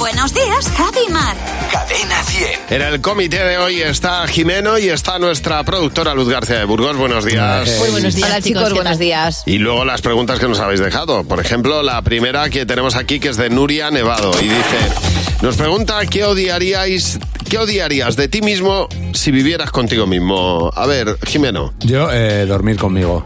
Buenos días, Javi y Mar. Cadena 100. En el comité de hoy está Jimeno y está nuestra productora Luz García de Burgos. Buenos Eh, días. Muy buenos días, Hola chicos, ¿qué buenos tal? días. Y luego las preguntas que nos habéis dejado. Por ejemplo, la primera que tenemos aquí que es de Nuria Nevado y dice, nos pregunta qué odiaríais, qué odiarías de ti mismo si vivieras contigo mismo. A ver, Jimeno, Yo, eh, dormir conmigo.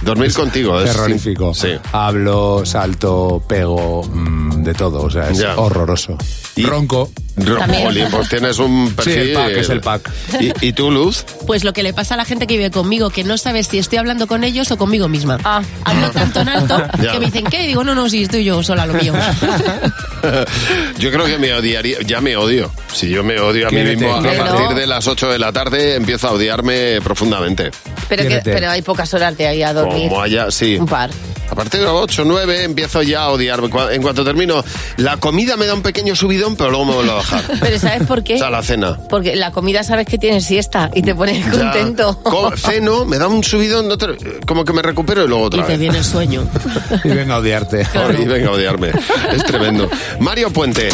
dormir contigo es Terrorífico. Pues Sí. Hablo, salto, pego, mm, de todo. O sea, es Ya. horroroso. Y- Ronco. También. Jolín, pues tienes un Sí, perfil. el pack, es el pack. ¿Y, y tú, Luz? Pues lo que le pasa a la gente que vive conmigo, que no sabe si estoy hablando con ellos o conmigo misma. Ah. Hablo tanto en alto Ya. que me dicen, ¿qué? Y digo, no, no, sí, estoy yo sola lo mío. Yo creo que me odiaría, ya me odio. Si yo me odio a mí Quiérete, mismo, a quiérete. partir de las 8 de la tarde empiezo a odiarme profundamente. Pero, que, Quiérete. pero hay pocas horas de ahí a dormir. Como haya, sí. Un par. A partir de las 8 o 9 empiezo ya a odiarme. Cua- En cuanto termino, la comida me da un pequeño subidón, pero luego me vuelvo a bajar. Pero ¿sabes por qué? O sea, la cena. Porque la comida sabes que tienes siesta y te pones Ya, contento. co- ceno, me da un subidón, no te- como que me recupero y luego Y otra te vez. viene el sueño. Y vengo a odiarte. Y venga a odiarme. Es tremendo. Mario Puente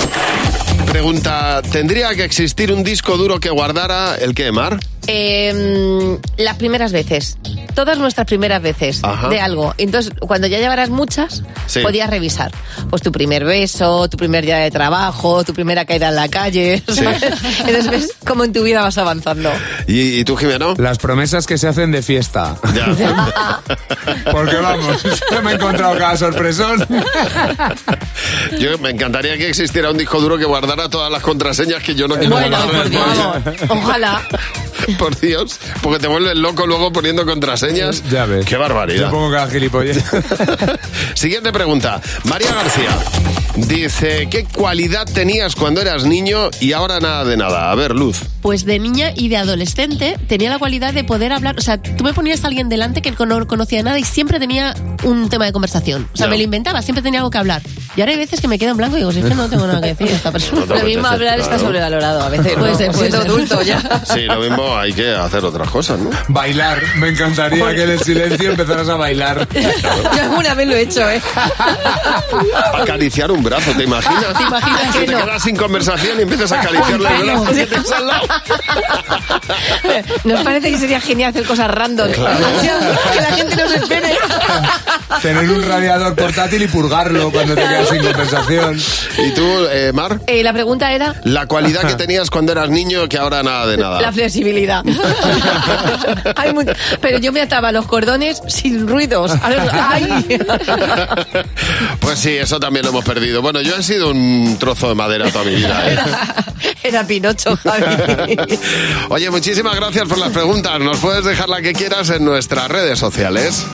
pregunta: ¿tendría que existir un disco duro que guardara el que Mar? Eh, mm, las primeras veces. Todas nuestras primeras veces Ajá. de algo. Entonces, cuando ya llevaras muchas, Sí. podías revisar. Pues tu primer beso, tu primer día de trabajo, tu primera caída en la calle. ¿sabes? Entonces ves cómo en tu vida vas avanzando. ¿Y, y tú, Jimeno? Las promesas que se hacen de fiesta. Ya. Porque vamos, yo me he encontrado cada sorpresón. Yo me encantaría que existiera un disco duro que guardara todas las contraseñas que yo no quiero Bueno, guardar en por el Dios. móvil. Ojalá. Por Dios, porque te vuelves loco luego poniendo contraseñas. Ya ves. Qué Yo barbaridad. pongo cada gilipollez. Siguiente pregunta. María García dice, ¿qué cualidad tenías cuando eras niño y ahora nada de nada? A ver, Luz. Pues de niña y de adolescente tenía la cualidad de poder hablar. O sea, tú me ponías a alguien delante que no conocía nada y siempre tenía un tema de conversación. O sea, Ya. me lo inventaba, siempre tenía algo que hablar. Y ahora hay veces que me quedo en blanco y digo, si es que no tengo nada que decir a esta persona. No te Lo mismo apetece, hablar está claro. sobrevalorado a veces. Puede ¿no? ser, puede Siendo ser. adulto ya. Sí, lo mismo hay que hacer otras cosas, ¿no? Bailar. Me encantaría que en el silencio empezaras a bailar. Yo alguna vez lo he hecho, ¿eh? Acariciar un brazo, ¿te imaginas? ¿Te imaginas Que que te no? quedas sin conversación y empiezas a acariciarle el brazo que tienes al lado. Nos parece que sería genial hacer cosas random. Que la gente nos espere. Tener un radiador portátil y purgarlo cuando te quedas sin conversación. ¿Y tú, eh, Mar? Eh, la pregunta era La cualidad que tenías cuando eras niño que ahora nada de nada. la flexibilidad. Hay mu- Pero yo me ataba los cordones sin ruidos. A los- ¡Ay! Pues sí, eso también lo hemos perdido. Bueno, yo he sido un trozo de madera toda mi vida. ¿eh? Era, era Pinocho, Javi. Oye, muchísimas gracias por las preguntas. Nos puedes dejar la que quieras en nuestras redes sociales.